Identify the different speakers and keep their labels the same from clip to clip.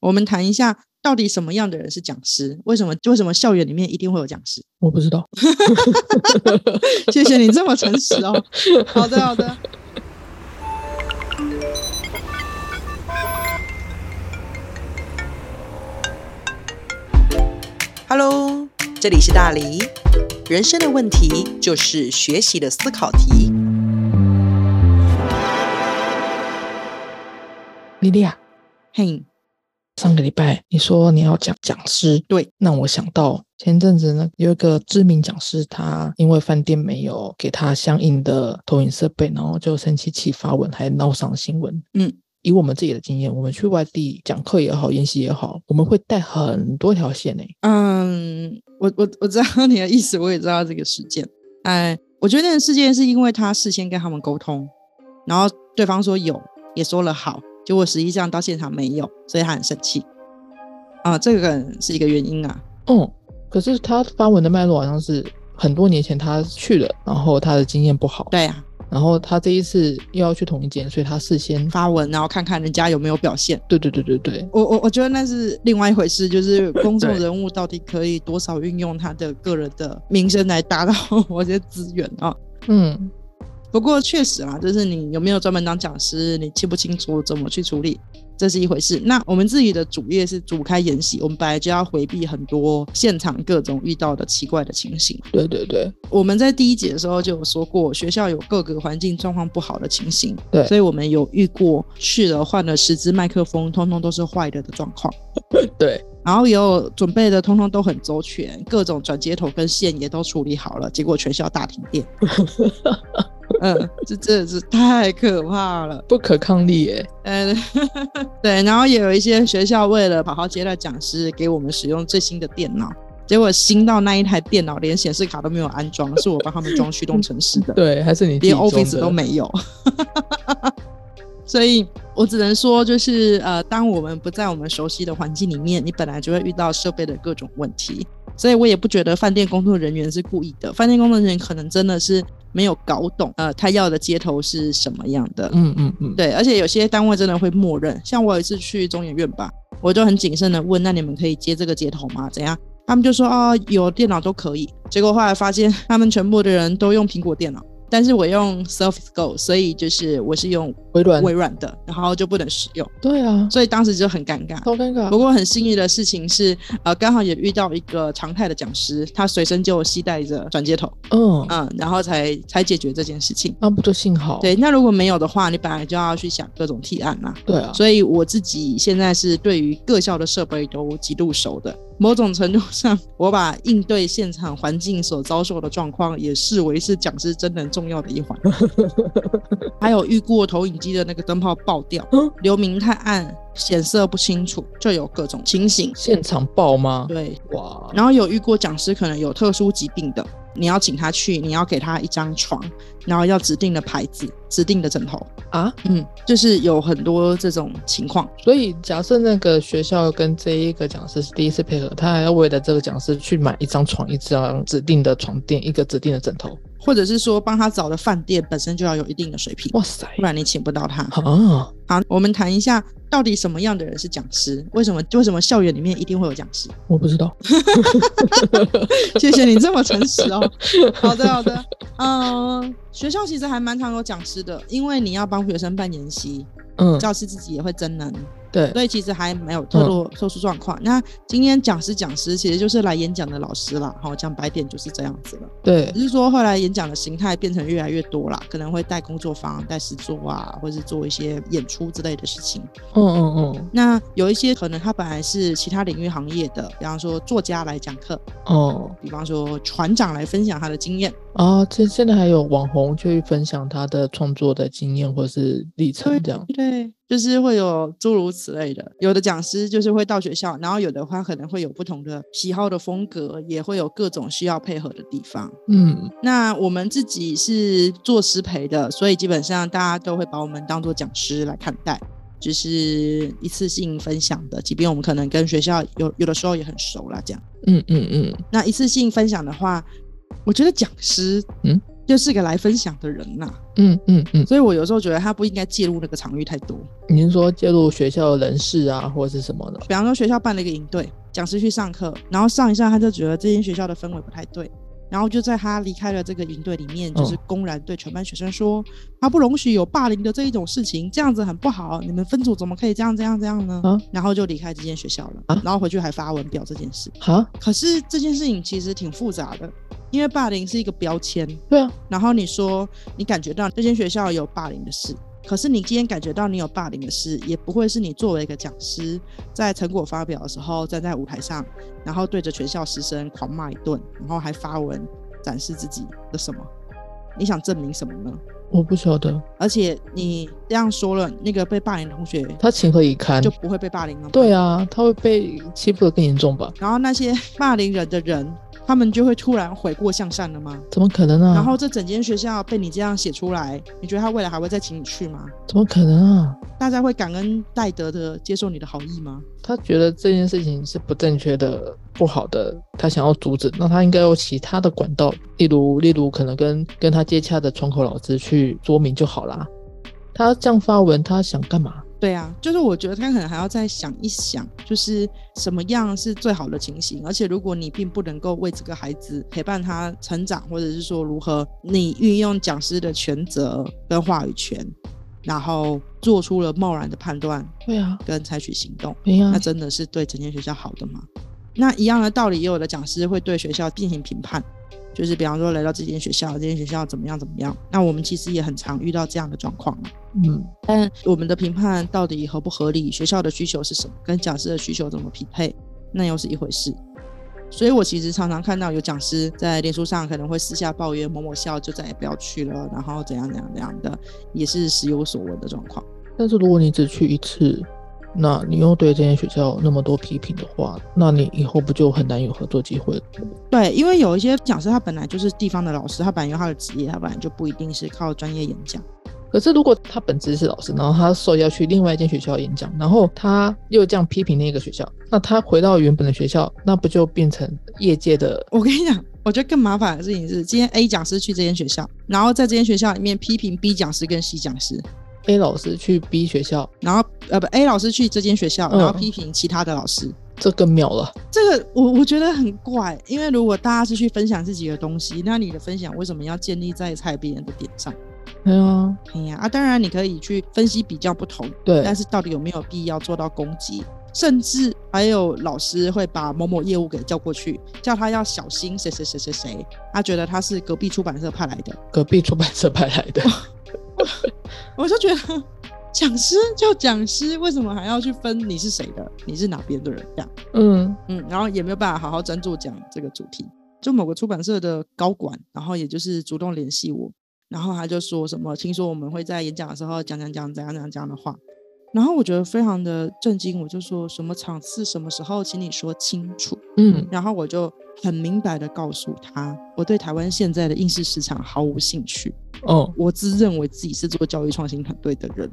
Speaker 1: 我们谈一下到底什么样的人是讲师？为什么为什么校园里面一定会有讲师？
Speaker 2: 我不知道。
Speaker 1: 谢谢你这么诚实哦。好的，好的。Hello，这里是大黎。人生的问题就是学习的思考题。
Speaker 2: 莉莉亚，
Speaker 1: 嘿，
Speaker 2: 上个礼拜你说你要讲讲师，
Speaker 1: 对，
Speaker 2: 让我想到前阵子呢，有一个知名讲师，他因为饭店没有给他相应的投影设备，然后就生气气发文，还闹上新闻。
Speaker 1: 嗯，
Speaker 2: 以我们自己的经验，我们去外地讲课也好，研习也好，我们会带很多条线欸诶、
Speaker 1: 嗯，我我我知道你的意思，我也知道这个事件。哎，我觉得那个事件是因为他事先跟他们沟通，然后对方说有，也说了好，结果实际上到现场没有，所以他很生气。啊、这个是一个原因啊。
Speaker 2: 嗯，可是他发文的脉络好像是很多年前他去了，然后他的经验不好，
Speaker 1: 对啊，
Speaker 2: 然后他这一次又要去同一间，所以他事先
Speaker 1: 发文然后看看人家有没有表现。
Speaker 2: 对对对对对，
Speaker 1: 我我我觉得那是另外一回事，就是公众
Speaker 2: 对
Speaker 1: 人物到底可以多少运用他的个人的名声来达到 某些资源啊、
Speaker 2: 嗯，
Speaker 1: 不过确实啦，就是你有没有专门当讲师，你清不清楚怎么去处理，这是一回事。那我们自己的主业是主开研习，我们本来就要回避很多现场各种遇到的奇怪的情形。
Speaker 2: 对对对
Speaker 1: 我们在第一节的时候就有说过，学校有各个环境状况不好的情形，
Speaker 2: 对
Speaker 1: 所以我们有遇过去了换了十支麦克风，通通都是坏的的状况。
Speaker 2: 对，
Speaker 1: 然后也有准备的，通通都很周全，各种转接头跟线也都处理好了，结果全校大停电。嗯，这真的是太可怕了。
Speaker 2: 不可抗力耶、
Speaker 1: 呃， 对，然后也有一些学校为了好好接待讲师，给我们使用最新的电脑，结果新到那一台电脑连显示卡都没有安装，是我帮他们装驱动程式的。
Speaker 2: 对，还是你自己
Speaker 1: 连
Speaker 2: 装
Speaker 1: Office
Speaker 2: 的
Speaker 1: 都没有。 所以我只能说，就是呃，当我们不在我们熟悉的环境里面，你本来就会遇到设备的各种问题。所以我也不觉得饭店工作人员是故意的，饭店工作人员可能真的是没有搞懂，呃，他要的接头是什么样的。
Speaker 2: 嗯嗯嗯，
Speaker 1: 对，而且有些单位真的会默认，像我有一次去中研院吧，我就很谨慎的问，那你们可以接这个接头吗？怎样？他们就说哦，有电脑都可以。结果后来发现，他们全部的人都用苹果电脑，但是我用 Surface Go，所以就是我是用
Speaker 2: 微软
Speaker 1: 微软的，然后就不能使用，
Speaker 2: 对啊，
Speaker 1: 所以当时就很尴尬。
Speaker 2: 超尴
Speaker 1: 不
Speaker 2: 尬，
Speaker 1: 过很幸运的事情是，呃，刚好也遇到一个常态的讲师，他随身就携带着转接头，
Speaker 2: 嗯，
Speaker 1: 嗯，然后才才解决这件事情。
Speaker 2: 那不就幸好
Speaker 1: 对，那如果没有的话，你本来就要去想各种替案啦、
Speaker 2: 对啊，
Speaker 1: 所以我自己现在是对于各校的设备都极度熟的。某种程度上，我把应对现场环境所遭受的状况，也视为是讲师真人重要的一 环。还有遇过投影机的那个灯泡爆掉
Speaker 2: 嗯，
Speaker 1: 流明太暗，显色不清楚，就有各种情形。
Speaker 2: 现场爆吗？
Speaker 1: 对，
Speaker 2: 哇，
Speaker 1: 然后有遇过讲师可能有特殊疾病的，你要请他去，你要给他一张床，然后要指定的牌子、指定的枕头。
Speaker 2: 啊，
Speaker 1: 嗯，就是有很多这种情况。
Speaker 2: 所以假设那个学校跟这一个讲师是第一次配合，他还要为了这个讲师去买一张床、一张指定的床垫、一个指定的枕头，
Speaker 1: 或者是说帮他找的饭店本身就要有一定的水平，
Speaker 2: 哇塞，
Speaker 1: 不然你请不到他。
Speaker 2: 啊，
Speaker 1: 好，我们谈一下到底什么样的人是讲师？为什么为什么校园里面一定会有讲 师？
Speaker 2: 我不知道，
Speaker 1: 谢谢你这么诚实 哦。好的，好的。嗯，学校其实还蛮常有讲师的，因为你要帮学生办研习，
Speaker 2: 嗯，
Speaker 1: 教师自己也会增能，
Speaker 2: 对，嗯
Speaker 1: 所以其实还没有特殊特殊状况。那今天讲师讲师其实就是来演讲的老师啦，好讲白点就是这样子了。
Speaker 2: 对
Speaker 1: 只，是说后来演讲的形态变成越来越多啦，可能会带工作坊、带实作啊，或是做一些演出之类的事情。
Speaker 2: 嗯嗯嗯，
Speaker 1: 那有一些可能他本来是其他领域行业的，比方说作家来讲课，
Speaker 2: 哦。
Speaker 1: 比方说船长来分享他的经验。
Speaker 2: 啊，这现在还有网红去分享他的创作的经验或是历程，这样，
Speaker 1: 对，就是会有诸如此类的。有的讲师就是会到学校，然后有的话可能会有不同的喜好的风格，也会有各种需要配合的地方。
Speaker 2: 嗯，
Speaker 1: 那我们自己是做师培的，所以基本上大家都会把我们当做讲师来看待，就是一次性分享的。即便我们可能跟学校有有的时候也很熟啦，这样。
Speaker 2: 嗯嗯嗯，
Speaker 1: 那一次性分享的话，我觉得讲师，
Speaker 2: 嗯，
Speaker 1: 就是个来分享的人呐、
Speaker 2: 嗯嗯嗯，
Speaker 1: 所以我有时候觉得他不应该介入那个场域太多。
Speaker 2: 您说介入学校的人事啊，或者是什么的？
Speaker 1: 比方说学校办了一个营队，讲师去上课，然后上一上他就觉得这间学校的氛围不太对，然后就在他离开了这个营队里面，嗯就是公然对全班学生说，他不容许有霸凌的这一种事情，这样子很不好，你们分组怎么可以这样这样这样呢？
Speaker 2: 啊
Speaker 1: 然后就离开这间学校了，
Speaker 2: 啊
Speaker 1: 然后回去还发文表这件事。
Speaker 2: 哈，
Speaker 1: 可是这件事情其实挺复杂的，因为霸凌是一个标签，
Speaker 2: 对啊，
Speaker 1: 然后你说你感觉到这间学校有霸凌的事，可是你今天感觉到你有霸凌的事，也不会是你作为一个讲师在成果发表的时候站在舞台上，然后对着全校师生狂骂一顿，然后还发文展示自己的什么？你想证明什么呢？
Speaker 2: 我不晓得，
Speaker 1: 而且你这样说了，那个被霸凌的同学
Speaker 2: 他情何以堪
Speaker 1: 就？不会被霸凌了吗？
Speaker 2: 对啊，他会被欺负的更严重吧？
Speaker 1: 然后那些霸凌人的人，他们就会突然悔过向善了吗？
Speaker 2: 怎么可能啊？
Speaker 1: 然后这整间学校被你这样写出来，你觉得他未来还会再请你去吗？
Speaker 2: 怎么可能啊？
Speaker 1: 大家会感恩戴德的接受你的好意吗？
Speaker 2: 他觉得这件事情是不正确的、不好的，他想要阻止，那他应该有其他的管道，例如例如可能跟跟他接洽的窗口老师去说明就好啦。他这样发文，他想干嘛？
Speaker 1: 对啊，就是我觉得他可能还要再想一想，就是什么样是最好的情形。而且如果你并不能够为这个孩子陪伴他成长，或者是说如何你运用讲师的权责跟话语权，然后做出了贸然的判断
Speaker 2: 对啊，
Speaker 1: 跟采取行动，
Speaker 2: 对啊
Speaker 1: 那，真的是对整间学校好的吗？那一样的道理，也有的讲师会对学校进行评判，就是比方说来到这间学校，这间学校怎么样怎么样。那我们其实也很常遇到这样的状况嘛。
Speaker 2: 嗯，
Speaker 1: 但我们的评判到底合不合理，学校的需求是什么，跟讲师的需求怎么匹配，那又是一回事。所以我其实常常看到有讲师在脸书上可能会私下抱怨某某校就再也不要去了，然后怎样怎样怎样的，也是时有所闻的状况。
Speaker 2: 但是如果你只去一次，那你又对这间学校有那么多批评的话，那你以后不就很难有合作机会了？
Speaker 1: 对，因为有一些讲师他本来就是地方的老师，他本来有他的职业，他本来就不一定是靠专业演讲。
Speaker 2: 可是如果他本职是老师，然后他受邀去另外一间学校演讲，然后他又这样批评那个学校，那他回到原本的学校，那不就变成业界的？
Speaker 1: 我跟你讲，我觉得更麻烦的事情是，今天 A 讲师去这间学校，然后在这间学校里面批评 B 讲师跟 C 讲师，
Speaker 2: A 老师去 B 学校，
Speaker 1: 然后呃不 A 老师去这间学校，
Speaker 2: 嗯
Speaker 1: 然后批评其他的老师。
Speaker 2: 这更妙了。
Speaker 1: 这个我我觉得很怪，因为如果大家是去分享自己的东西，那你的分享为什么要建立在踩别人的点上？
Speaker 2: 对啊，
Speaker 1: 哎呀啊，当然你可以去分析比较不同，但
Speaker 2: 对，
Speaker 1: 是到底有没有必要做到攻击？甚至还有老师会把某某业务给叫过去，叫他要小心谁谁谁谁谁，他觉得他是隔壁出版社派来的，
Speaker 2: 隔壁出版社派来的，
Speaker 1: 我就觉得 讲师就讲师，为什么还要去分你是谁的，你是哪边的人这样？
Speaker 2: 嗯，
Speaker 1: 嗯，然后也没有办法好好专注讲这个主题。就某个出版社的高管，然后也就是主动联系我，然后他就说什么，听说我们会在演讲的时候讲讲讲怎样怎样怎样的话，然后我觉得非常的震惊，我就说什么场次什么时候，请你说清楚。
Speaker 2: 嗯，
Speaker 1: 然后我就很明白的告诉他，我对台湾现在的应试市场毫无兴趣，
Speaker 2: 哦，
Speaker 1: 我自认为自己是做教育创新团队的人，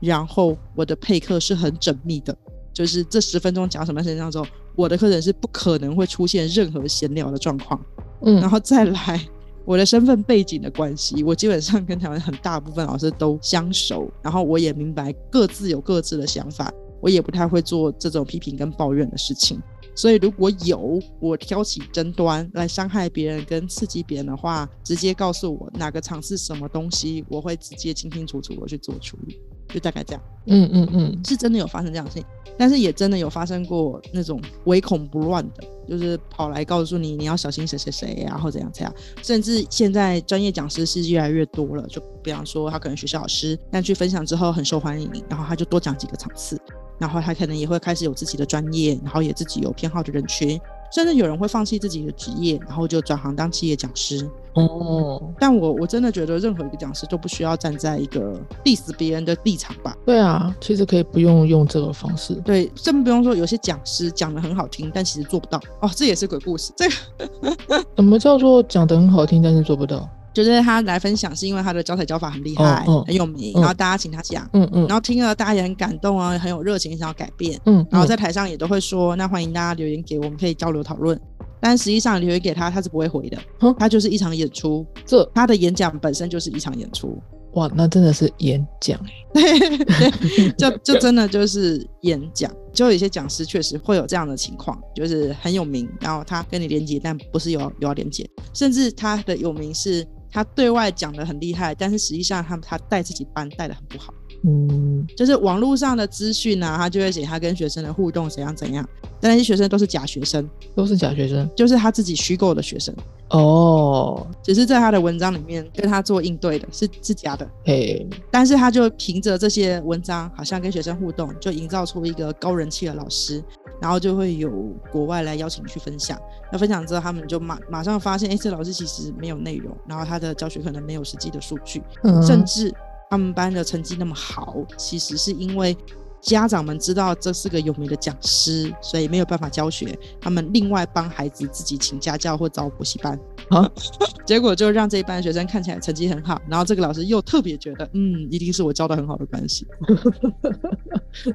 Speaker 1: 然后我的配课是很缜密的，就是这十分钟讲什么事情之后，我的课程是不可能会出现任何闲聊的状况，然
Speaker 2: 嗯，
Speaker 1: 后再来我的身份背景的关系， 我基本上跟台湾很大部分老师都相熟，然后我也明白各自有各自的想法，我也不太会做这种批评跟抱怨的事情。所以如果有我挑起争端来伤害别人跟刺激别人的话，直接告诉我哪个场是什么东西，我会直接清清楚楚的去做处理，就大概这样。
Speaker 2: 嗯嗯嗯，
Speaker 1: 是真的有发生这样的事情，但是也真的有发生过那种唯恐不乱的，就是跑来告诉你你要小心谁谁谁呀、或怎样怎样。甚至现在专业讲师是越来越多了，就比方说他可能学校老师，但去分享之后很受欢迎，然后他就多讲几个场次，然后他可能也会开始有自己的专业，然后也自己有偏好的人群，甚至有人会放弃自己的职业，然后就转行当企业讲师。
Speaker 2: 哦，
Speaker 1: 但我我真的觉得任何一个讲师都不需要站在一个 diss 别人的立场吧。
Speaker 2: 对啊，其实可以不用用这个方式。
Speaker 1: 对，真不用说，有些讲师讲的很好听，但其实做不到哦。这也是鬼故事，这个
Speaker 2: 什么叫做讲得很好听，但是做不到？
Speaker 1: 就是他来分享，是因为他的教材教法很厉害，
Speaker 2: 嗯嗯
Speaker 1: 很有名，
Speaker 2: 嗯
Speaker 1: 然后大家请他讲，
Speaker 2: 嗯嗯
Speaker 1: 然后听了大家也很感动啊，很有热情，想要改变。
Speaker 2: 嗯，
Speaker 1: 然后
Speaker 2: 嗯
Speaker 1: 在台上也都会说，那欢迎大家留言给我们，可以交流讨论。但实际上你留言给他，他是不会回的
Speaker 2: 哼，
Speaker 1: 他就是一场演出，
Speaker 2: 哦这
Speaker 1: 他的演讲本身就是一场演出，
Speaker 2: 哇，那真的是演讲欸
Speaker 1: 就就真的就是演讲，就有一些讲师确实会有这样的情况，就是很有名，然后他跟你连接，但不是有有要连接，甚至他的有名是他对外讲的很厉害，但是实际上他他带自己班带的很不好，
Speaker 2: 嗯，
Speaker 1: 就是网络上的资讯啊，他就会写他跟学生的互动怎样怎样，但那些学生都是假学生，
Speaker 2: 都是假学生
Speaker 1: 就是他自己虚构的学生，
Speaker 2: 哦，
Speaker 1: 只是在他的文章里面跟他做应对的是是假的，
Speaker 2: 嘿，
Speaker 1: 但是他就凭着这些文章，好像跟学生互动，就营造出一个高人气的老师，然后就会有国外来邀请你去分享。那分享之后，他们就马马上发现，哎，这老师其实没有内容，然后他的教学可能没有实际的数据，
Speaker 2: 嗯
Speaker 1: 甚至他们班的成绩那么好，其实是因为。家长们知道这是个有名的讲师，所以没有办法教学，他们另外帮孩子自己请家教或找补习班
Speaker 2: 啊，
Speaker 1: 结果就让这一班学生看起来成绩很好，然后这个老师又特别觉得，嗯，一定是我教的很好的关系，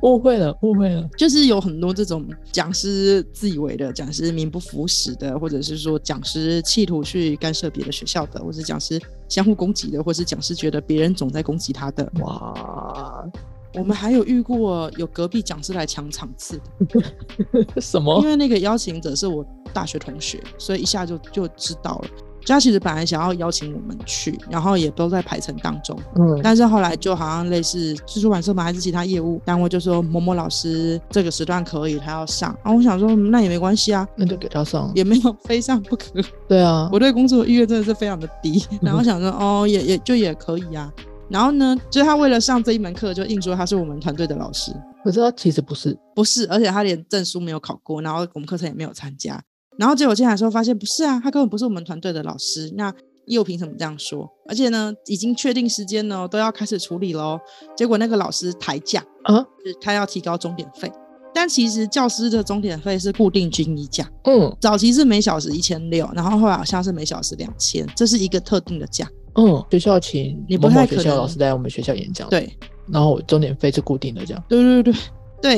Speaker 2: 误会了，误会了，
Speaker 1: 就是有很多这种讲师自以为的、讲师名不符实的，或者是说讲师企图去干涉别的学校的，或是讲师相互攻击的，或是讲师觉得别人总在攻击他的。
Speaker 2: 哇，
Speaker 1: 我们还有遇过有隔壁讲师来抢场次的，
Speaker 2: 什么
Speaker 1: 因？为那个邀请者是我大学同学，所以一下就就知道了。就他其实本来想要邀请我们去，然后也都在排程当中，
Speaker 2: 嗯，
Speaker 1: 但是后来就好像类似是出版社嘛，还是其他业务单位就说某某老师这个时段可以，他要上。然后我想说嗯那也没关系啊，
Speaker 2: 那就给他上，
Speaker 1: 也没有非上不可。
Speaker 2: 对啊，
Speaker 1: 我对工作的意愿真的是非常的低，然后想说哦也也就也可以啊。然后呢，就是他为了上这一门课，就硬说他是我们团队的老师，
Speaker 2: 可是他其实不是，
Speaker 1: 不是，而且他连证书没有考过，然后我们课程也没有参加。然后结果进来的时候发现不是啊，他根本不是我们团队的老师，那又凭什么这样说？而且呢，已经确定时间了，都要开始处理喽。结果那个老师抬价
Speaker 2: 啊，
Speaker 1: 就是他要提高钟点费，但其实教师的钟点费是固定均一价，
Speaker 2: 嗯
Speaker 1: 早期是每小时一千六，然后后来好像是每小时两千，这是一个特定的价。
Speaker 2: 嗯，学校请
Speaker 1: 你不
Speaker 2: 某某
Speaker 1: 太
Speaker 2: 学
Speaker 1: 可
Speaker 2: 校
Speaker 1: 能
Speaker 2: 老师来我们学校演讲，，
Speaker 1: 对，
Speaker 2: 然后我重点费是固定的这样，
Speaker 1: 对对对对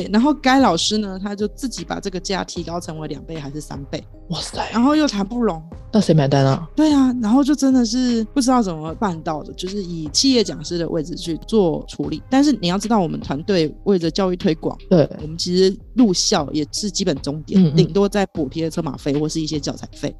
Speaker 1: 对。然后该老师呢，他就自己把这个价提高成为两倍还是三倍，
Speaker 2: 哇塞，
Speaker 1: 然后又谈不拢，
Speaker 2: 那谁买单啊？
Speaker 1: 对啊，然后就真的是不知道怎么办到的，就是以企业讲师的位置去做处理。但是你要知道，我们团队为着教育推广，
Speaker 2: 对，
Speaker 1: 我们其实入校也是基本终点，
Speaker 2: 嗯嗯
Speaker 1: 顶多再补贴车马费或是一些教材费。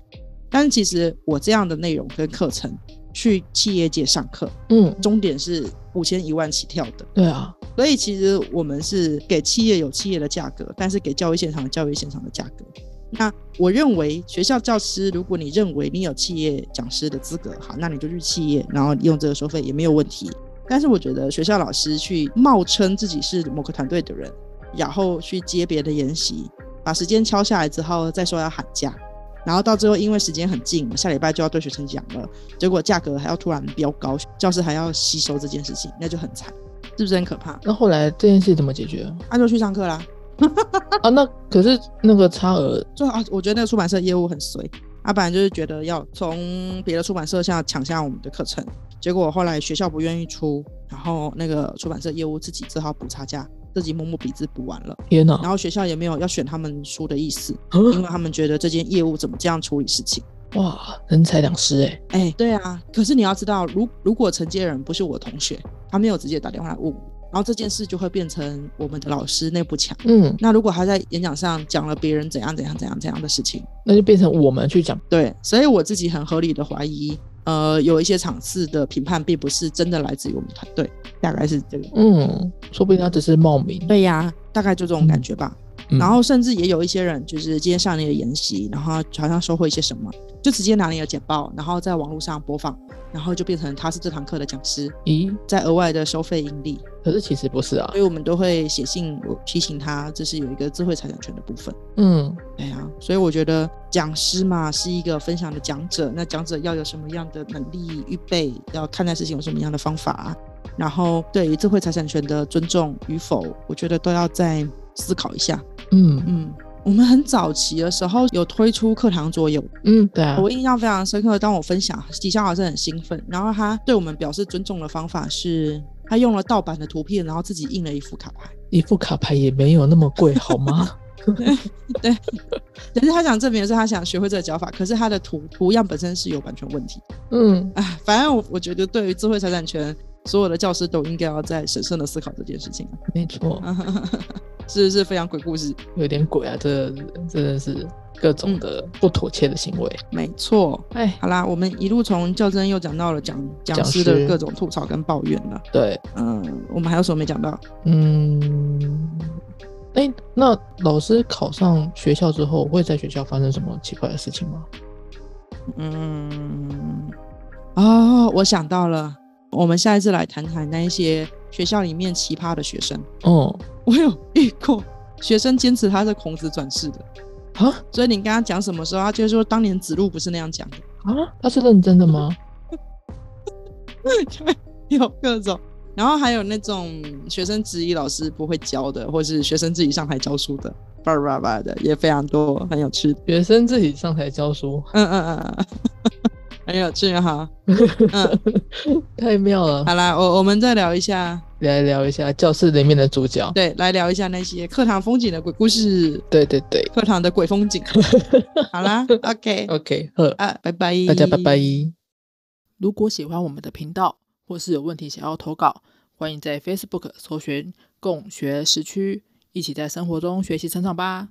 Speaker 1: 但是其实我这样的内容跟课程去企业界上课，
Speaker 2: 嗯，
Speaker 1: 终点是五千一万起跳的，
Speaker 2: 对啊，
Speaker 1: 所以其实我们是给企业有企业的价格，但是给教育现场有教育现场的价格。那我认为学校教师，如果你认为你有企业讲师的资格，好，那你就去企业，然后用这个收费也没有问题。但是我觉得学校老师去冒称自己是某个团队的人，然后去接别的研习，把时间敲下来之后再说要喊价，然后到最后因为时间很近，下礼拜就要对学生讲了，结果价格还要突然飙高，教师还要吸收这件事情，那就很惨，是不是很可怕？
Speaker 2: 那后来这件事怎么解决啊
Speaker 1: 他就去上课啦。
Speaker 2: 啊？那可是那个差额，
Speaker 1: 就啊，我觉得那个出版社业务很随，他本来就是觉得要从别的出版社下抢下我们的课程，结果后来学校不愿意出，然后那个出版社业务自己只好补差价，自己摸摸鼻子补完了，
Speaker 2: 天哪，
Speaker 1: 然后学校也没有要选他们书的意思，
Speaker 2: 啊
Speaker 1: 因为他们觉得这件业务怎么这样处理事情。
Speaker 2: 哇，人财两失哎，
Speaker 1: 哎、对啊，可是你要知道，如如果承接人不是我同学，他没有直接打电话来问我，然后这件事就会变成我们的老师内部墙。
Speaker 2: 嗯，
Speaker 1: 那如果他在演讲上讲了别人怎样怎样怎样怎样的事情，
Speaker 2: 那就变成我们去讲，
Speaker 1: 对，所以我自己很合理的怀疑，呃，有一些场次的评判并不是真的来自于我们团队，大概是这个。
Speaker 2: 嗯，说不定他只是冒名，
Speaker 1: 对呀，大概就这种感觉吧。
Speaker 2: 嗯
Speaker 1: 然后甚至也有一些人，就是今天上你的研习，然后好像收获一些什么，就直接拿你的简报，然后在网络上播放，然后就变成他是这堂课的讲师，
Speaker 2: 咦，
Speaker 1: 在额外的收费盈利。
Speaker 2: 可是其实不是啊
Speaker 1: 所，以我们都会写信，我提醒他，这是有一个智慧财产权的部分。
Speaker 2: 嗯，
Speaker 1: 对啊，所以我觉得讲师嘛是一个分享的讲者，那讲者要有什么样的能力预备，要看待事情有什么样的方法，然后对于智慧财产权的尊重与否，我觉得都要再思考一下。
Speaker 2: 嗯
Speaker 1: 嗯，我们很早期的时候有推出课堂桌游，
Speaker 2: 嗯，对啊，
Speaker 1: 我印象非常深刻。当我分享，底下老师很兴奋，然后他对我们表示尊重的方法是，他用了盗版的图片，然后自己印了一副卡牌。
Speaker 2: 一副卡牌也没有那么贵，好吗？
Speaker 1: 对，可是他想证明的是他想学会这个脚法，可是他的图图样本身是有版权问题。
Speaker 2: 嗯，
Speaker 1: 哎，反正我我觉得对于智慧财产权，所有的教师都应该要再审慎的思考这件事情啊。
Speaker 2: 没错，
Speaker 1: 是不是非常鬼故事？
Speaker 2: 有点鬼啊，这真的是各种的不妥切的行为。
Speaker 1: 没错。
Speaker 2: 哎，
Speaker 1: 好啦，我们一路从较真又讲到了讲讲师
Speaker 2: 讲师
Speaker 1: 的各种吐槽跟抱怨了。
Speaker 2: 对，
Speaker 1: 嗯，我们还有什么没讲到？
Speaker 2: 嗯，哎，那老师考上学校之后，会在学校发生什么奇怪的事情吗？
Speaker 1: 嗯，哦，我想到了，我们下一次来谈谈那一些学校里面奇葩的学生。
Speaker 2: 哦，
Speaker 1: 我有遇过学生坚持他是孔子转世的，
Speaker 2: 啊
Speaker 1: 所以你跟他讲什么时候，他就会说当年子路不是那样讲的。
Speaker 2: 啊，他是认真的吗？
Speaker 1: 有各种，然后还有那种学生质疑老师不会教的，或是学生自己上台教书的，叭叭叭的也非常多，很有趣。
Speaker 2: 学生自己上台教书，
Speaker 1: 嗯嗯嗯嗯，嗯 很有趣哈。嗯，
Speaker 2: 太妙了！
Speaker 1: 好啦，我我们再聊一下，
Speaker 2: 来聊一下教室里面的主角。
Speaker 1: 对，来聊一下那些课堂风景的鬼故事，
Speaker 2: 对对对
Speaker 1: 课堂的鬼风 景。好啦，OK，
Speaker 2: ，OK，呵，
Speaker 1: 啊，拜拜，
Speaker 2: 大家拜拜。
Speaker 3: 如果喜欢我们的频道，或是有问题想要投稿，欢迎在 Facebook 搜寻“共学时区”，一起在生活中学习成长吧。